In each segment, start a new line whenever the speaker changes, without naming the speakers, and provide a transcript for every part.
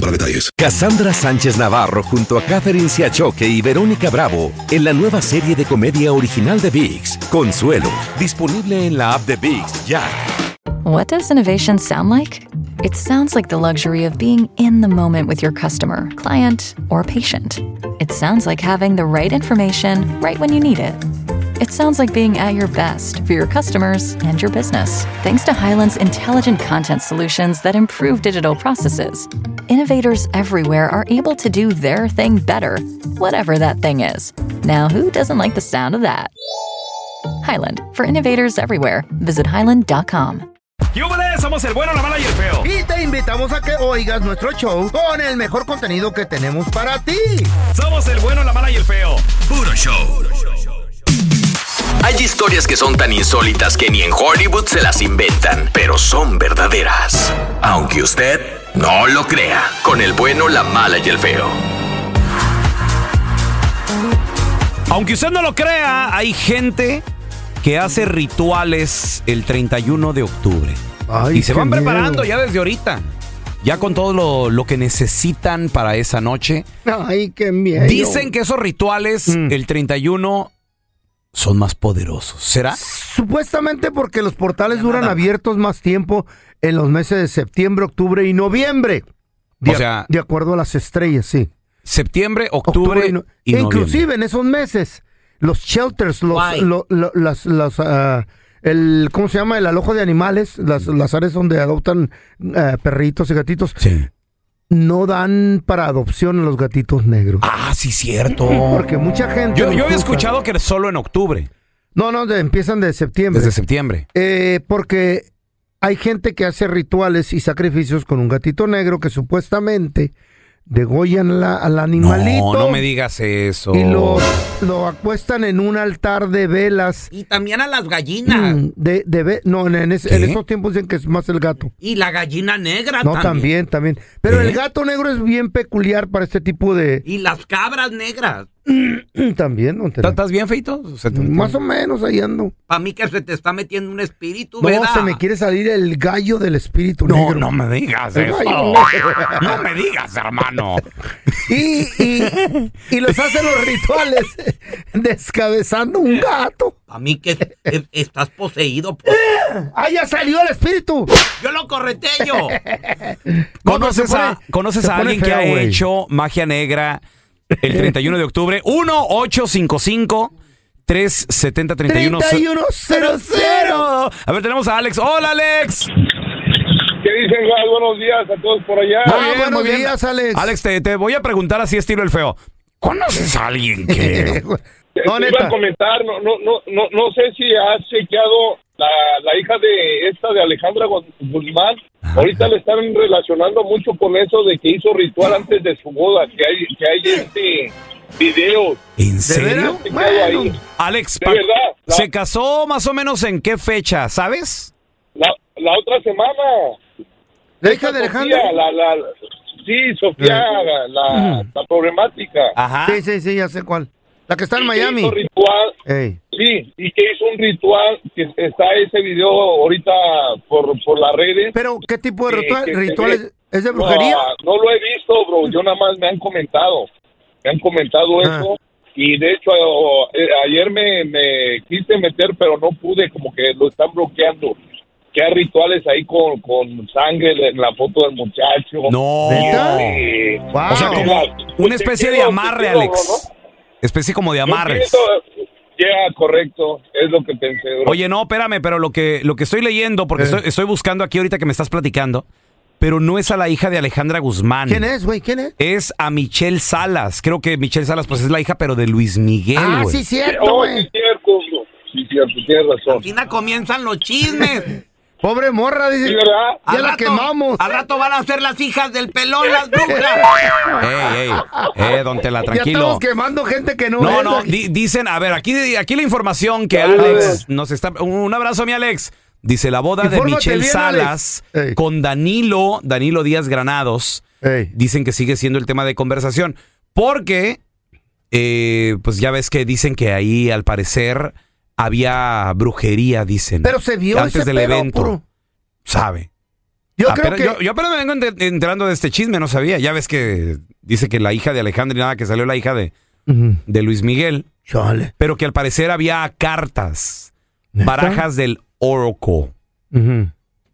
para detalles.
Cassandra Sánchez Navarro junto a Catherine Siachoque y Verónica Bravo en la nueva serie de comedia original de VIX, Consuelo, disponible en la app de VIX ya.
What does innovation sound like? It sounds like the luxury of being in the moment with your customer, client, or patient. It sounds like having the right information right when you need it. It sounds like being at your best for your customers and your business. Thanks to Highland's intelligent content solutions that improve digital processes, innovators everywhere are able to do their thing better, whatever that thing is. Now, who doesn't like the sound of that? Highland, for innovators everywhere, visit highland.com.
¡Yúbales! Somos el bueno, la mala y el feo.
Y te invitamos a que oigas nuestro show con el mejor contenido que tenemos para ti.
Somos el bueno, la mala y el feo.
Puro show. Hay historias que son tan insólitas que ni en Hollywood se las inventan, pero son verdaderas. Aunque usted no lo crea, con el bueno, la mala y el feo.
Aunque usted no lo crea, hay gente que hace rituales el 31 de octubre.
Ay,
y se
qué
van
miedo.
preparando ya desde ahorita. Ya con todo lo, lo que necesitan para esa noche.
Ay, qué miedo.
Dicen que esos rituales
Mm.
el 31 son más poderosos. ¿Será?
Supuestamente porque los portales duran
nada.
abiertos más tiempo en los meses de septiembre, octubre y noviembre. De,
O
ac-
sea-
de acuerdo a las estrellas, sí.
Septiembre, octubre,
y no-
y
e inclusive
noviembre.
en esos meses, los shelters, los,
Why?
lo- lo- las, las, ah, el, ¿cómo se llama? El alojo de animales, las, las áreas donde adoptan ah, perritos y gatitos,
Sí.
no dan para adopción a los gatitos negros.
Ah, sí, cierto.
Porque mucha gente...
Yo,
los
yo había
usa.
escuchado que era solo en octubre,
No, no, de- empiezan de septiembre.
desde septiembre.
Eh, porque hay gente que hace rituales y sacrificios con un gatito negro que supuestamente degollan la- al
No,
animalito.
no me digas eso.
Y lo, lo acuestan en un altar de velas.
Y también a las
Mm, De, de ve- no, en, en es-
¿Qué?
en esos tiempos dicen que es más el gato.
Y la gallina negra
No, también, también. Pero
¿Qué?
el gato negro es bien peculiar para este tipo de...
Y las cabras negras.
También, don Tela.
¿Estás bien, Feito? Se te-
Más o menos ahí ando.
Para mí que se te está metiendo un espíritu,
No, se me quiere salir el gallo del espíritu
No,
negro.
no me digas
El
eso.
gallo negro.
No me digas, hermano.
Y, y, y los hacen los rituales descabezando un gato.
A mí que es- es- estás poseído por...
¡Ah, ya salió el espíritu!
Yo lo corretello.
No, pero se
¿Conoces, a,
pone-
¿conoces
se
a
pone
alguien que
feo,
ha
güey.
hecho magia negra el 31 de octubre? 1-855-370-3100.
3100.
A ver, tenemos a Alex. ¡Hola, Alex!
¿Qué dicen, Gal? Buenos días a todos por allá.
Ah, buenos días, Alex.
Alex, te, te voy a preguntar así estilo el feo. ¿Conoces a alguien que...?
No,
Te Eh, iba
neta.
a comentar, no, no, no, no, no sé si has chequeado la, la hija de esta de Alejandra Gu- Guzmán.
Ah,
Ahorita le están relacionando mucho con eso de que hizo
Ah.
ritual antes de su boda, que hay, que hay este video.
¿En
¿De veras?
serio?
Bueno,
ahí.
Alex,
De
pa-
verdad, la-
¿se casó más o menos en qué fecha, sabes?
La, la otra semana.
la hija de
Sofía,
Alejandra.
la, la- sí, Sofía, la, la-
Mm.
la problemática.
Ajá.
Sí, sí, sí, ya sé cuál. La que está en
Y que
Miami.
hizo ritual,
Ey.
sí, y que hizo un ritual, que está ese video ahorita por, por las redes.
Pero, ¿qué tipo de
Sí,
ritual,
que-
rituales? ¿Es de
No,
brujería?
No, lo he visto, bro. Yo nada más me han comentado. Me han comentado
Ah.
eso. Y de hecho, eh, ayer me, me quise meter, pero no pude. Como que lo están bloqueando. Que hay rituales ahí con, con sangre en la foto del muchacho.
No.
¿Neta?
Eh,
Wow.
O sea, como
Mira, pues,
una especie
te
de
quiero,
amarre,
te quiero,
Alex.
bro,
Especie como de
¿no? Yo
amarre.
pienso- Ya, correcto. Es lo que pensé, bro.
Oye, no, espérame, pero lo que, lo que estoy leyendo, porque
Eh.
estoy, estoy buscando aquí ahorita que me estás platicando, pero no es a la hija de Alejandra Guzmán.
¿Quién es, güey? ¿Quién es?
Es a Michelle Salas. Creo que Michelle Salas, pues es la hija, pero de Luis Miguel.
Ah,
güey.
sí, cierto,
Oh, sí,
güey.
cierto, bro. Sí, cierto, tienes razón.
Aquí na comienzan los chismes.
Pobre morra, dice.
Sí, ¿verdad?
Ya
Al
la
rato-
quemamos.
Al rato van a ser las hijas del pelón, las brujas.
Ey, ey, eh, don Tela,
Ya
tranquilo.
estamos quemando gente que no
No,
es
no,
aquí.
di- dicen, a ver, aquí, aquí la información que
Saludos.
Alex nos está... Un abrazo, mi Alex. Dice, la boda de
Infórmate
Michelle
bien,
Salas
Alex. Ey.
con Danilo, Danilo Díaz Granados,
Ey.
dicen que sigue siendo el tema de conversación. Porque, eh, pues ya ves que dicen que ahí, al parecer, había brujería, dicen.
Pero se vio
Antes
ese
del
pedo,
evento.
puro.
Sabe.
Yo
Ah,
creo
pero
que
yo, yo apenas me vengo ente- enterando de este chisme, no sabía. Ya ves que dice que la hija de Alejandra y nada, que salió la hija de,
Ujú.
de Luis Miguel,
Chale.
pero que al parecer había cartas,
¿Neta?
barajas del Oracle.
Ujú.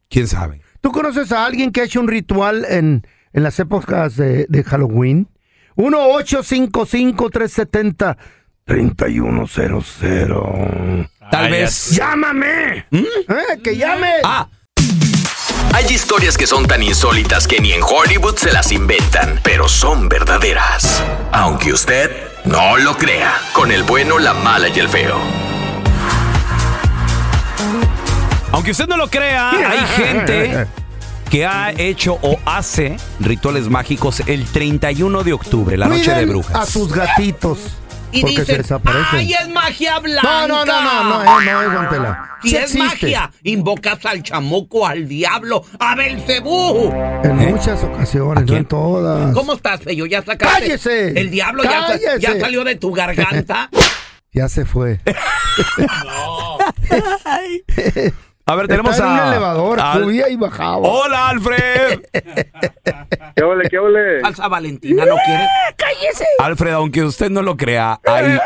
¿Quién sabe?
¿Tú conoces a alguien que ha hecho un ritual en, en las épocas de, de Halloween? 1-855-370-3100.
Tal vez.
¡Llámame! ¿Eh? ¡Que llame!
¿Mm? Ah,
Hay historias que son tan insólitas que ni en Hollywood se las inventan, pero son verdaderas. Aunque usted no lo crea, con el bueno, la mala y el feo.
aunque usted no lo crea, hay gente que ha hecho o hace rituales mágicos el 31 de octubre, la noche de
Cuiden
brujas.
A sus gatitos.
Y
porque se
dicen,
desaparecen.
¡ay, es magia blanca!
Ah, no, no, no, no, no, eh, no es don Tela.
Si
Sí
es
existe.
magia, invocas al chamoco, al diablo, a Belcebú.
En
¿Eh?
muchas
¿A
ocasiones, no
quién?
en todas.
¿Cómo estás, Feyo? ¿Ya sacaste?
¡Cállese!
¿El diablo ya, sa-
¡Cállese!
ya salió de tu garganta?
Ya se fue.
A ver, tenemos
Estaba en
a.
un elevador,
al-
subía y bajaba.
¡Hola, Alfred!
¿Qué ole, qué ole?
Salsa Valentina, ¿no quieres?
Alfred, aunque usted no lo crea, hay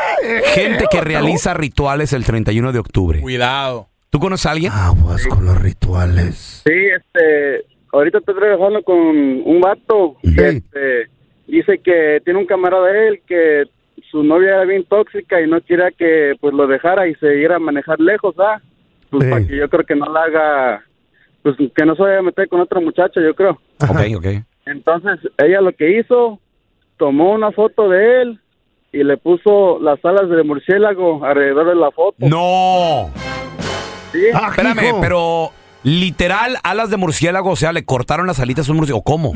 gente que realiza rituales el 31 de octubre. Cuidado. ¿Tú conoces a alguien?
Aguas Ah, pues, con los rituales.
Sí, este, ahorita estoy trabajando con un vato. que, Este, dice que tiene un camarada de él que su novia era bien tóxica y no quería que pues lo dejara y se iba a manejar lejos, ¿ah? Pues
Ey.
para que yo creo que no la haga, pues que no se vaya a meter con otro muchacho, yo creo.
Ok, ok.
Entonces, ella lo que hizo, tomó una foto de él y le puso las alas de murciélago alrededor de la foto.
¡No!
¿sí?
Ah,
Espérame,
hijo.
pero literal, alas de murciélago, o sea, le cortaron las alitas a un murciélago. ¿Cómo?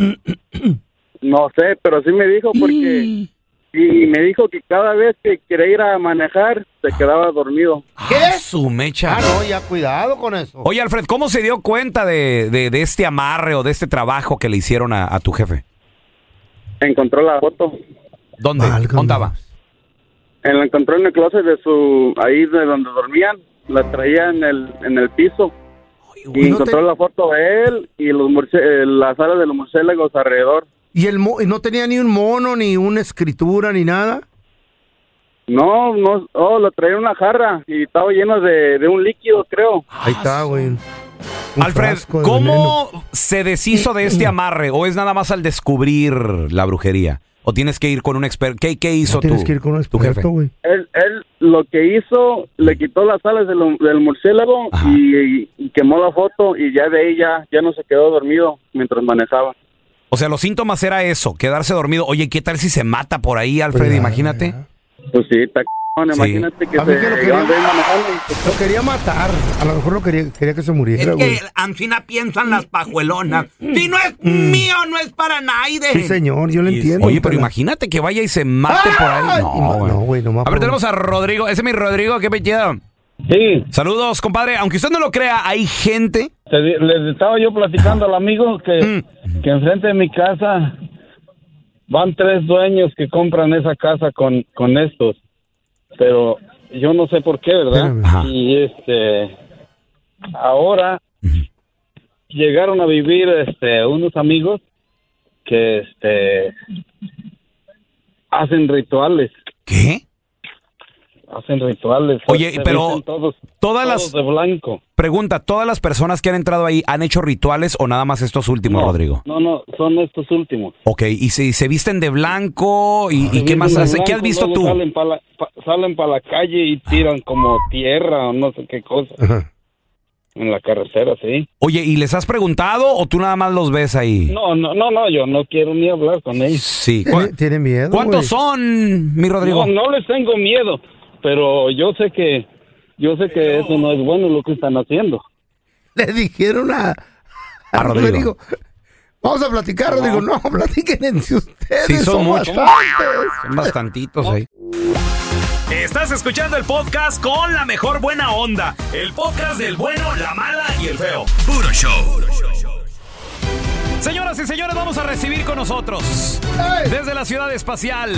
No sé, pero sí me dijo porque... Y me dijo que cada vez que quería ir a manejar, se quedaba dormido.
¿Qué? su mecha.
Ah, no, ya cuidado con eso.
Oye, Alfred, ¿cómo se dio cuenta de, de- de este amarre o de este trabajo que le hicieron a, a tu jefe?
Encontró la foto.
¿Dónde?
Válgame.
¿Dónde estaba?
Eh, La encontró en el closet de su... Ahí de donde dormían. La traía en el, en el piso. Y
no
encontró
te-
la foto de él y los murci- eh, las alas de los murciélagos alrededor.
¿Y, el mo- y no tenía ni un mono, ni una escritura, ni nada.
No, no, oh, lo traía en una jarra y estaba lleno de, de un líquido, creo.
Ahí está, güey. Un
Alfred,
frasco de veneno.
¿cómo se deshizo de este amarre? ¿O es nada más al descubrir la brujería? ¿O tienes que ir con un experto? ¿Qué, qué hizo
No tienes
tú,
que ir con un
tu jefe?
experto, güey.
Él, él lo que hizo, le quitó las alas del, del murciélago
Ajá.
y, y quemó la foto y ya de ahí ya, ya no se quedó dormido mientras manejaba.
O sea, los síntomas era eso, quedarse dormido. Oye, ¿qué tal si se mata por ahí, Alfred?
Cuidado,
Imagínate.
cuidado.
Pues sí, está c******,
Sí.
imagínate que
A mí
se
que lo
yo
quería-
andé manejando y se-
Lo quería matar. A lo mejor lo quería, quería que se
Es
muriera, güey.
que Ancina piensan las pajuelonas. Si no es mío, no es para nadie.
Mm. Sí, señor, yo lo entiendo. ¡Ah!
Oye, pero
Tela.
imagínate que vaya y se mate por ahí.
Ay,
No, güey.
no, güey, no me
a ver,
acuerdo.
tenemos a Rodrigo. Ese es mi Rodrigo, qué pechida.
Sí,
Saludos, compadre. Aunque usted no lo crea, hay gente.
te di- les estaba yo platicando al amigo que,
Mm.
que enfrente de mi casa van tres dueños que compran esa casa con, con estos. Pero yo no sé por qué, ¿verdad?
Espérame.
Ajá.
Y este, ahora llegaron a vivir este, unos amigos que este, hacen rituales.
¿Qué?
Hacen rituales.
Oye,
Se
pero
visten todos,
todas las-
todos de blanco.
Pregunta, ¿todas las personas que han entrado ahí han hecho rituales o nada más estos últimos,
no,
Rodrigo?
No, no, son estos últimos.
Ok, y se, se visten de blanco y, y
Se
qué
visten
más
de
hace? ¿Qué
blanco,
has visto
luego
tú?
Salen para la, pa- salen pa' la calle y tiran como tierra o no sé qué cosa
Ajá.
en la carretera, sí.
Oye, ¿y les has preguntado o tú nada más los ves ahí?
No, no, no, no, yo no quiero ni hablar con ellos.
Sí. ¿Cuá-
Tiene, tiene miedo, güey.
¿Cuántos son, mi Rodrigo?
No, no les tengo miedo, pero yo sé que yo sé que eso no es bueno lo que están haciendo.
le dijeron a,
A Rodrigo.
Vamos a platicar, Rodrigo. No, platiquen entre ustedes.
Sí, son muchos.
muchos.
Son bastantitos ahí.
Estás escuchando el podcast con la mejor buena onda. El podcast del bueno, la mala y el feo.
Puro show.
Señoras y señores, vamos a recibir con nosotros desde la ciudad espacial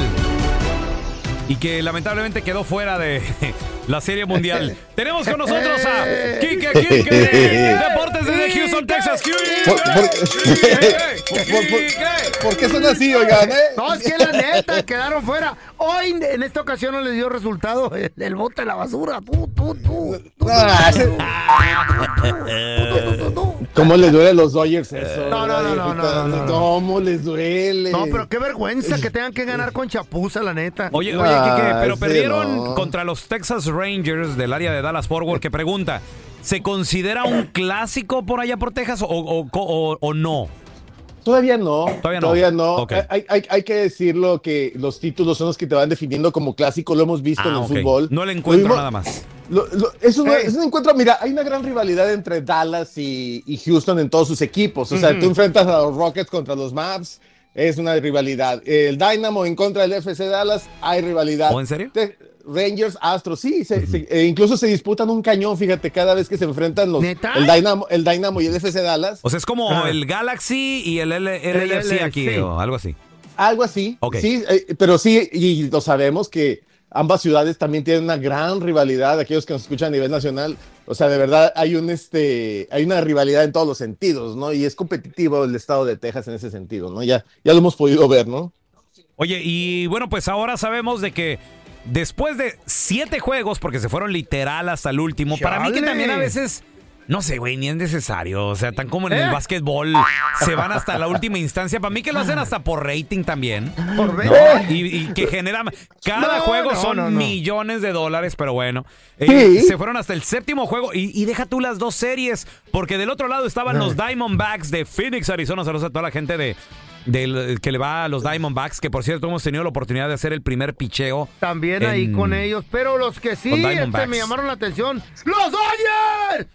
y que lamentablemente quedó fuera de la serie mundial. Tenemos con nosotros a Kike Kike Deportes desde Houston, Texas.
¿Por, por- por- por- por- por qué son así, oigan, eh?
No, es que la neta, quedaron fuera. Hoy, en esta ocasión, no les dio resultado el, el bote de la basura. Tú, tú, tú. tú.
Ah, ese-
Eh.
¿Cómo les duele a los Dodgers eso?
No, no, no, no, no, no, no.
¿Cómo les duele?
No, pero qué vergüenza que tengan que ganar con chapuza, la neta.
Oye, oye, Kike, pero
ese
perdieron
no.
contra los Texas Rangers del área de Dallas Forward, que pregunta, ¿se considera un clásico por allá por Texas o, o- o- o no?
Todavía no.
Todavía
Todavía no.
no. Ok.
Hay, hay- hay que decirlo que los títulos son los que te van definiendo como clásico. Lo hemos visto
Ah,
en el
ok.
fútbol.
No le
Lo
encuentro
mismo-
nada más.
Lo- lo- es, un,
Ey.
es un encuentro, mira, hay una gran rivalidad entre Dallas y, y Houston en todos sus equipos. O sea, tú enfrentas a los Rockets contra los Mavs, es una rivalidad. El Dynamo en contra del FC Dallas, hay rivalidad.
¿O en serio?
Te- Rangers, Astros, sí, se- se- e incluso se disputan un cañón, fíjate, cada vez que se enfrentan los,
¿Neta?
el, Dynamo, el Dynamo y el FC Dallas,
O sea, es como
Ah.
el Galaxy y el L- LLC aquí,
LLC.
o algo así.
algo así.
Ok.
Sí, eh, pero sí, y lo sabemos que ambas ciudades también tienen una gran rivalidad, aquellos que nos escuchan a nivel nacional. O sea, de verdad hay un este hay una rivalidad en todos los sentidos, ¿no? Y es competitivo el estado de Texas en ese sentido, ¿no? Ya ya lo hemos podido ver, ¿no?
Oye, y bueno, pues ahora sabemos de que después de siete juegos, porque se fueron literal hasta el último, para mí que
Chale.
también a veces, no sé, güey, ni es necesario. O sea, tan como en
¿Eh?
el básquetbol, se van hasta la última instancia. Para mí que lo hacen hasta por rating también.
Por ver-
¿no? Y, y que genera cada
No,
juego
no,
son
no, no.
millones de dólares, pero bueno. Eh,
Sí.
Se fueron hasta el séptimo juego y, y deja tú las dos series, porque del otro lado estaban los Diamondbacks de Phoenix, Arizona. Saludos a toda la gente de del que le va a los Diamondbacks, que por cierto hemos tenido la oportunidad de hacer el primer picheo.
También
en-
ahí con ellos. Pero los que sí
Con
este,
Diamondbacks.
me llamaron la atención. ¡Los Dodgers!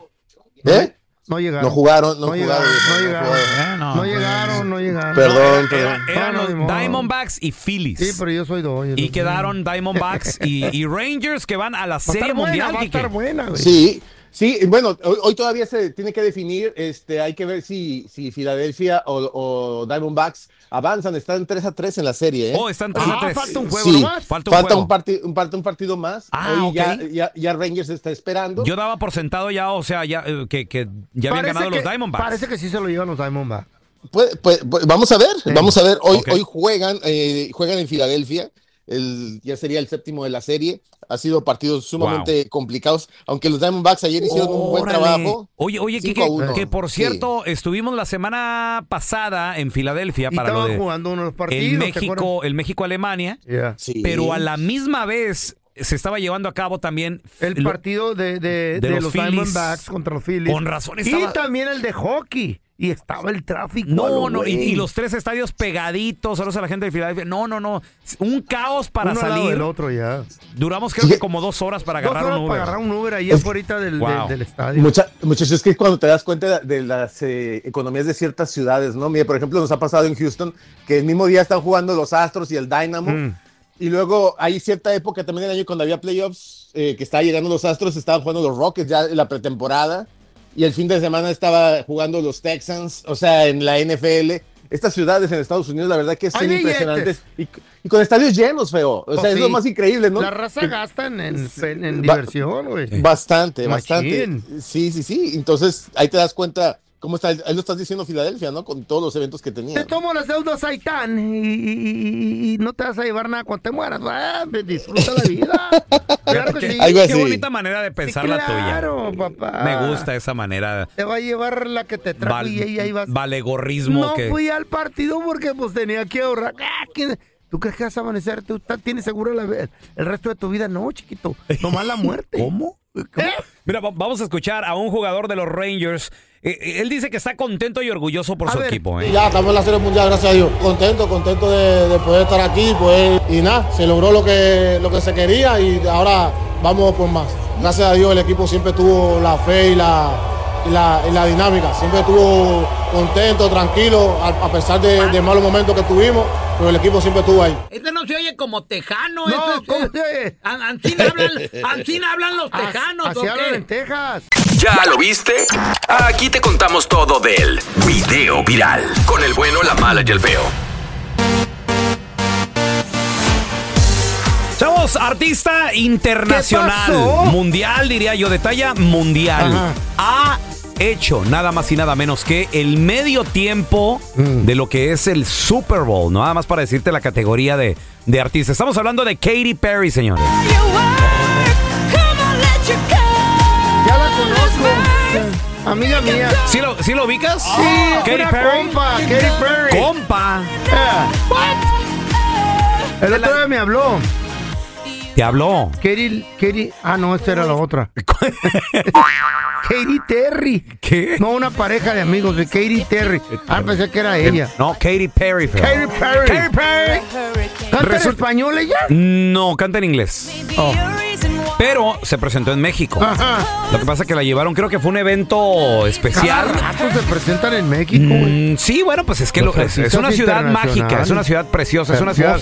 ¿Eh?
No llegaron.
No jugaron, no,
No
jugaron.
llegaron, no llegaron.
Eh, no,
No
pues.
llegaron, no llegaron.
Perdón, perdón.
Era- eran
No, no,
los
ni modo.
Diamondbacks y Phillies.
Sí, pero yo soy Dodgers.
y
los míos.
quedaron Diamondbacks y, y Rangers que van a la
Va a
Serie
estar buena,
Mundial.
va a
Quique.
estar buena, güey.
Sí, sí, y bueno, hoy, hoy todavía se tiene que definir, este, hay que ver si, si Filadelfia o, o Diamondbacks avanzan, están 3 a 3 en la serie. ¿eh?
Oh, están 3
Ah,
a 3.
falta un juego
Sí.
nomás.
Falta un
Falta
juego.
un, parti- un, parti- un partido más.
Ah,
Hoy
ok.
ya, ya, ya Rangers está esperando.
Yo daba por sentado ya, o sea, ya eh, que, que ya habían
Parece
ganado los
que-
Diamondbacks.
Parece que sí se lo llevan los Diamondbacks.
Pues- pues- pues, vamos a ver, vamos a ver. Hoy,
Ok.
hoy juegan, eh, juegan en Filadelfia. El, ya sería el séptimo de la serie. Ha sido partidos sumamente complicados. Aunque los Diamondbacks ayer hicieron un buen
Órale.
trabajo.
Oye, oye,
Cinco
Kike,
a uno.
que por
Sí.
cierto, estuvimos la semana pasada en Filadelfia
Y
para lo
estaban
de
jugando unos partidos.
el
¿te
México, el México Alemania,
acuerdas? Yeah.
Sí.
pero a la misma vez se estaba llevando a cabo también
El
lo-
este partido de, de,
de
de
los
los,
Phillies.
Diamondbacks contra los Phillies.
Con razón
Y
estaba-
también el de hockey. Y estaba el tráfico. a
No,
lo
no, y,
güey.
y los tres estadios pegaditos, saludos a la gente de Filadelfia. No, no, no, un caos para
Uno al lado
salir.
del otro ya.
Duramos creo que como dos horas para agarrar
Dos horas
un Uber.
para agarrar un Uber ahí afuera del,
Wow.
del, del estadio.
Mucha, muchachos, es que cuando te das cuenta de las eh, economías de ciertas ciudades, ¿no? Mira, por ejemplo, nos ha pasado en Houston que el mismo día están jugando los Astros y el Dynamo.
Mm.
Y luego hay cierta época también del año cuando había playoffs eh, que estaba llegando los Astros, estaban jugando los Rockets ya en la pretemporada. Y el fin de semana estaba jugando los Texans, o sea, en la NFL. Estas ciudades en Estados Unidos, la verdad que son
Hay
impresionantes. Y, y con estadios llenos, feo. O
Pues
sea, es
sí.
lo más increíble, ¿no?
La raza
Que-
gasta en, en, en,
Va-
diversión, güey.
Bastante,
Machín.
bastante. Sí, sí, sí. Entonces ahí te das cuenta cómo está. Ahí lo estás diciendo Filadelfia, ¿no? Con todos los eventos que
Te
tenía.
tomo las deudas Aitán y, y- y- y no te vas a llevar nada cuando te mueras. Ah, disfruta la vida. claro que sí.
Algo
Qué
así.
bonita manera de pensar
Sí,
la tuya.
claro, papá.
Me gusta esa manera.
Te va a llevar la que te trajo
Val-
y ahí, ahí vas.
valegorrismo
no
que
fui al partido porque pues tenía que ahorrar. Ah, ¿quién- ¿Tú crees que vas a amanecer? ¿Tú ta- tienes seguro la ve- el resto de tu vida? No, chiquito. Nomás la muerte.
¿Cómo? Mira, va- vamos a escuchar a un jugador de los Rangers. Eh, eh, él dice que está contento y orgulloso por
A
su
ver,
equipo.
Y
¿eh?
ya estamos en la Serie Mundial, gracias a Dios. Contento, contento de, de poder estar aquí, pues, y nada, se logró lo que, lo que se quería y ahora vamos por más. Gracias a Dios el equipo siempre tuvo la fe y la, y la, y la dinámica. Siempre estuvo contento, tranquilo, a, a pesar de, de malos momentos que tuvimos, pero el equipo siempre estuvo ahí.
Este no se oye como tejano. este No, Ancina hablan, ancina hablan los tejanos.
así
¿o qué?
hablan en Texas.
¿Ya lo viste? Aquí te contamos todo del video viral. Con el bueno, la mala y el feo.
Chavos, artista internacional,
¿Qué pasó?
mundial diría yo, de talla mundial, ha hecho nada más y nada menos que el medio tiempo
Mm.
de lo que es el Super Bowl, ¿no? nada más para decirte la categoría de, de artista. Estamos hablando de Katy Perry, señores.
Ya la conozco. Amiga mía.
¿Sí lo, sí lo ubicas?
Sí, es
Katy
una
Perry.
compa, Katy Perry.
Compa.
Yeah. El otro día me habló.
Te habló.
Katy, Katy, ah, no, esta era la otra. Katy Terry.
¿Qué?
No, una pareja de amigos de Katy Terry. Ah, pensé que era ella.
No, Katy Perry. feo.
Katy Perry.
Katy Perry.
¿Canta en
Resulta-
español ella?
No, canta en inglés.
Oh.
Pero se presentó en México. Lo que pasa es que la llevaron, creo que fue un evento especial.
Cada rato se presentan en México, güey.
sí, bueno, pues es que lo- es, es una ciudad mágica, es una ciudad preciosa, es una ciudad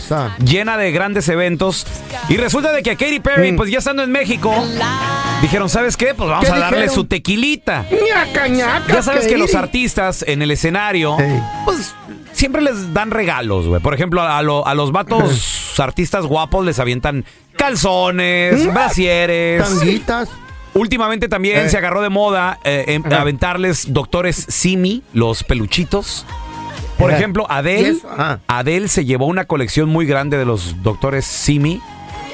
llena de grandes eventos. Y resulta de que a Katy Perry, pues ya estando en México, dijeron, ¿sabes qué? Pues vamos
Mm. ¿Qué
a darle
dijeron?
su tequilita.
Ñaca, ñaca,
Ya sabes que
Katy.
los artistas en el escenario, pues siempre les dan regalos, güey. Por ejemplo, a, lo- a los vatos artistas guapos les avientan calzones,
Mm.
brasieres.
Tanguitas.
Últimamente también
Eh.
se agarró de moda eh, em- aventarles doctores Simi, los peluchitos. Por
Ajá.
ejemplo,
¿Y
Adele,
eso? Ah.
Adele se llevó una colección muy grande de los doctores Simi.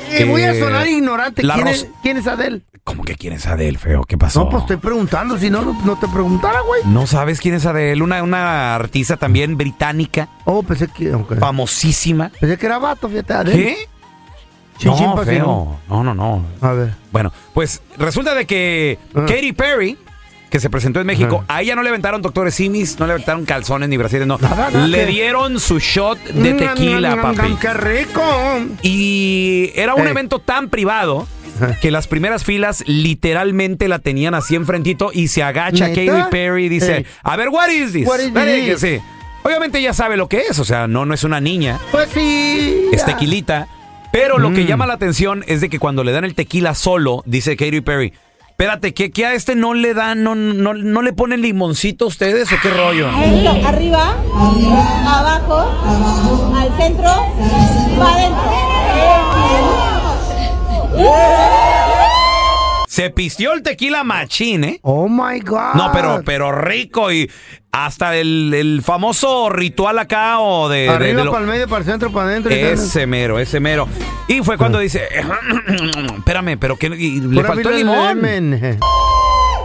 Eh, voy a
Eh,
sonar ignorante.
la
¿Quién,
Ros-
es, ¿Quién es Adele?
¿Cómo que quién es Adele, feo? ¿Qué pasó?
No, pues estoy preguntando. Si no, no, no te preguntara, güey.
¿No sabes quién es Adele? Una, una artista también británica.
Oh, pensé que. ok.
Famosísima.
Pensé que era vato, fíjate. Adele.
¿Qué?
Chin, chin,
no,
pa' si
feo. No, no, no.
A ver. Ah.
Bueno, pues resulta de que Katy Perry, que se presentó en México, a ella no le aventaron doctores simis, no le aventaron calzones ni brasiles, no.
nada.
Le dieron su shot de
Mm,
tequila,
mm,
papi.
mm, ¡Qué rico!
Y era un
Ey.
evento tan privado que las primeras filas literalmente la tenían así enfrentito y se agacha
¿Neta?
Katy Perry y dice,
Ey.
a ver, what is this?
What is
Dale,
this?
que sí. Obviamente ya sabe lo que es, o sea, no, no es una niña
Pues sí.
es tequilita. Pero lo
Mm.
que llama la atención es de que cuando le dan el tequila solo, dice Katy Perry, espérate, ¿que, que a este no le dan, no, no, no le ponen limoncito a ustedes o qué rollo?
Adentro, arriba, abajo, al centro, para adentro.
Se pistió el tequila machín, ¿eh?
Oh my God.
No, pero, pero rico y hasta el, el famoso ritual acá o de... de- de
Arriba
lo-
para el medio, para el centro, para adentro. y tal.
Ese mero, ese mero. Y fue cuando dice, espérame, pero que le
Pura
faltó
vida
el
de
limón.
lemon.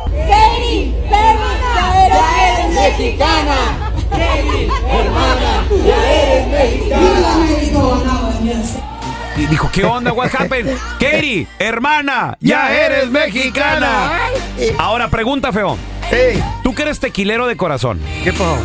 Katy, Perry, ya eres mexicana. Katy, hermana, ya eres mexicana.
Y dijo, ¿qué onda? What happened? Katie, hermana, ya eres mexicana. Ahora pregunta, feo. Tú que eres tequilero de corazón.
¿Qué pasó?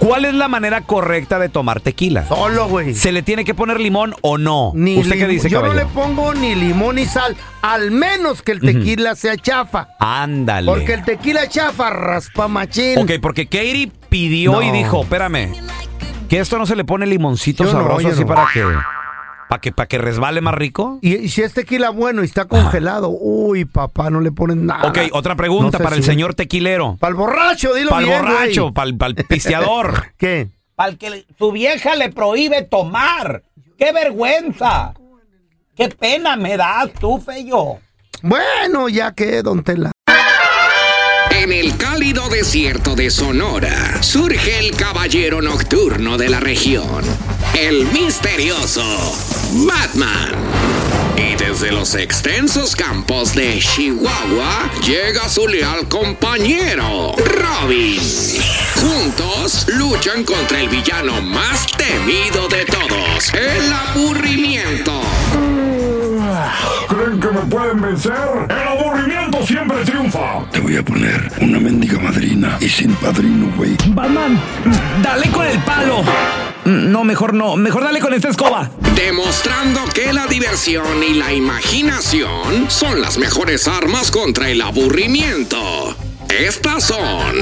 ¿Cuál es la manera correcta de tomar tequila?
Solo, güey.
¿Se le tiene que poner limón o no?
Ni
¿Usted qué
lim-
dice,
Yo no le
caballero?
pongo ni limón ni sal, al menos que el tequila sea chafa.
Ándale.
Porque el tequila chafa raspa machín.
Ok, porque Katie pidió y
No.
dijo, espérame, que esto no se le pone limoncito
Yo no,
sabroso
yo
así
no.
para que... Para que, para que resbale más rico.
Y, y si es tequila bueno y está congelado, uy, papá, no le ponen nada.
Ok, otra pregunta
No sé
para el
si-
señor tequilero.
Para el borracho, dilo
Para el
bien, güey.
borracho, para el pisteador.
¿Qué?
Al que su vieja le prohíbe tomar. ¡Qué vergüenza! ¡Qué pena me das tú, feyo!
Bueno, ya que, don Tela.
En el cálido desierto de Sonora surge el caballero nocturno de la región, el misterioso Batman. Y desde los extensos campos de Chihuahua llega su leal compañero, Robin. Juntos luchan contra el villano más temido de todos, el aburrimiento.
¿Creen que me pueden vencer? ¡El aburrimiento siempre triunfa!
Te voy a poner una mendiga madrina y sin padrino, güey.
Batman, dale con el palo. Mm, No, mejor no, mejor dale con esta escoba.
Demostrando que la diversión y la imaginación son las mejores armas contra el aburrimiento. Estas son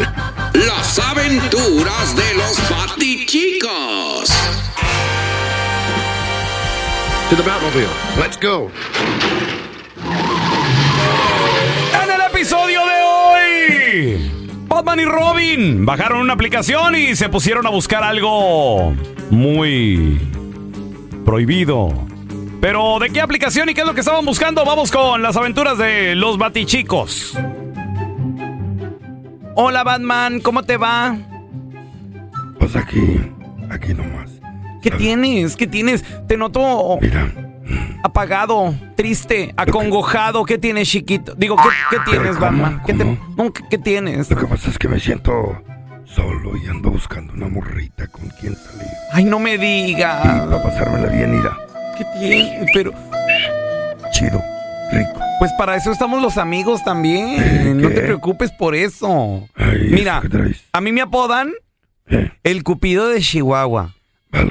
las aventuras de los patichicos.
To the Batmobile. Let's go.
En el episodio de hoy, Batman y Robin bajaron una aplicación y se pusieron a buscar algo muy prohibido. Pero, ¿de qué aplicación y qué es lo que estaban buscando? Vamos con las aventuras de los batichicos. Hola Batman, ¿cómo te va?
Pues aquí, aquí nomás.
¿Qué tienes? ¿Qué tienes? Te noto apagado, triste, acongojado. ¿Qué tienes, chiquito? Digo, ¿qué, qué tienes, Batman? ¿Qué, te- no, ¿qué- qué tienes?
Lo que pasa es que me siento solo y ando buscando una morrita con quien salir.
Ay, no me digas.
Para pasármela bien, mira.
¿Qué tienes? Pero,
Chido, rico.
pues para eso estamos los amigos también. No te preocupes por eso. Mira, a mí me apodan el Cupido de Chihuahua.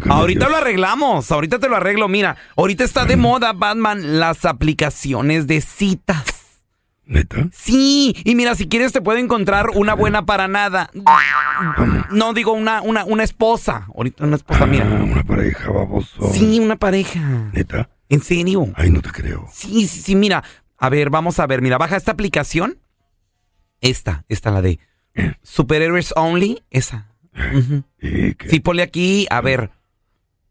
Ahorita lo arreglamos, ahorita te lo arreglo. Mira, ahorita está de moda, Batman, las aplicaciones de citas.
¿Neta?
Sí, y mira, si quieres te puedo encontrar una buena para nada. No, digo una, una, una esposa. Ahorita una esposa, mira.
Ah, Una pareja, baboso.
Sí, una pareja.
¿Neta?
¿En serio?
Ay, no te creo.
Sí, sí, sí, mira. A ver, vamos a ver. Mira, baja esta aplicación. Esta, esta la de Superhéroes Only, esa. Ujú. Sí, ponle aquí, a ver.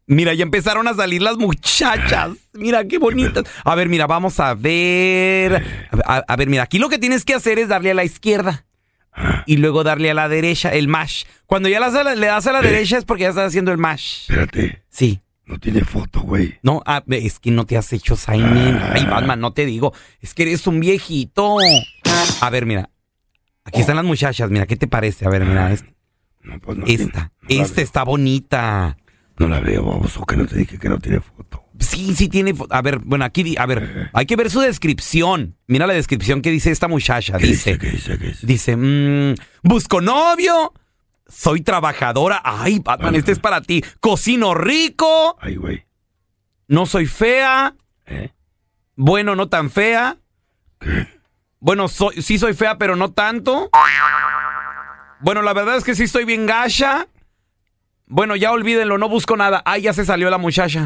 Mira, ya empezaron a salir las muchachas. Mira, qué bonitas. A ver, mira, vamos a ver. A, a ver, mira, aquí lo que tienes que hacer es darle a la izquierda. Y luego darle a la derecha, el mash. Cuando ya las- le das a la derecha es porque ya estás haciendo el mash.
Espérate.
Sí.
No tiene foto, güey. Ah,
No, ah, es que no te has hecho sign in. Ay, Batman, no te digo. Es que eres un viejito. A ver, mira. Aquí están las muchachas. Pues Mira, ¿qué te parece? A ver, mira. Esta.
pues,
esta. esta está bonita.
No la veo, baboso, que no te dije que no tiene foto. Eh.
Sí, sí tiene. fo- A ver, bueno, aquí. di- A ver, hay que ver su descripción. Mira la descripción que dice esta muchacha. dice, dice, mm, busco novio. Soy trabajadora. Ay, Batman, este es para ti. Cocino rico.
Ah. Ay, güey. ¿Eh?
No soy fea. Bueno, no tan fea. Bueno, soy, sí soy fea, pero no tanto. Bueno, la verdad es que sí estoy bien gacha. Bueno, ya olvídenlo, no busco nada. Ay, ya se salió la muchacha.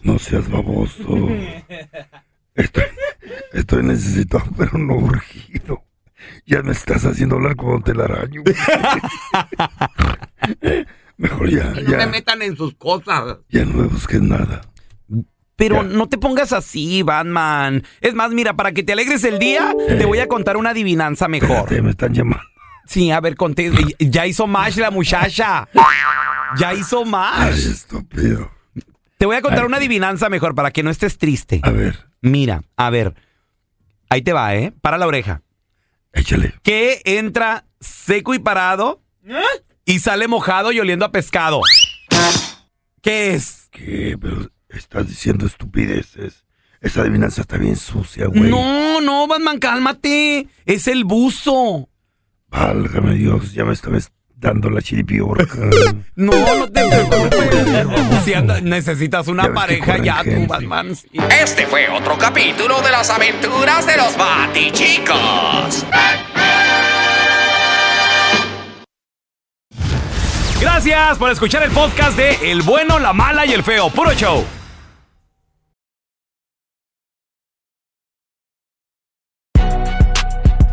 No seas baboso. Estoy, estoy necesitado, pero no urgido. Ya me estás haciendo hablar como un telaraño. Mejor ya, ya,
metan en sus cosas.
ya no me busques nada.
Pero no te pongas así, Batman. Es más, mira, para que te alegres el día, te voy a contar una adivinanza mejor.
me están llamando.
Sí, a ver, conté. Ya hizo más la muchacha. Ya hizo más.
estúpido.
Te voy a contar una adivinanza mejor para que no estés triste. A
ver.
Mira, a ver. Ahí te va, ¿eh? Para la oreja.
Échale.
¿Qué entra seco y parado y sale mojado y oliendo a pescado? ¿Qué es?
¿Qué? Pero estás diciendo estupideces. Esa adivinanza está bien sucia, güey.
No, no, Batman, cálmate. Es el buzo.
Válgame Dios, ya me estabas dando la chiripiorca.
No, no te preocupes. Si anda- necesitas una pareja ya, tú, Batman. sí.
Este fue otro capítulo de las aventuras de los batichicos.
Gracias por escuchar el podcast de El bueno, la mala y el feo. Puro show.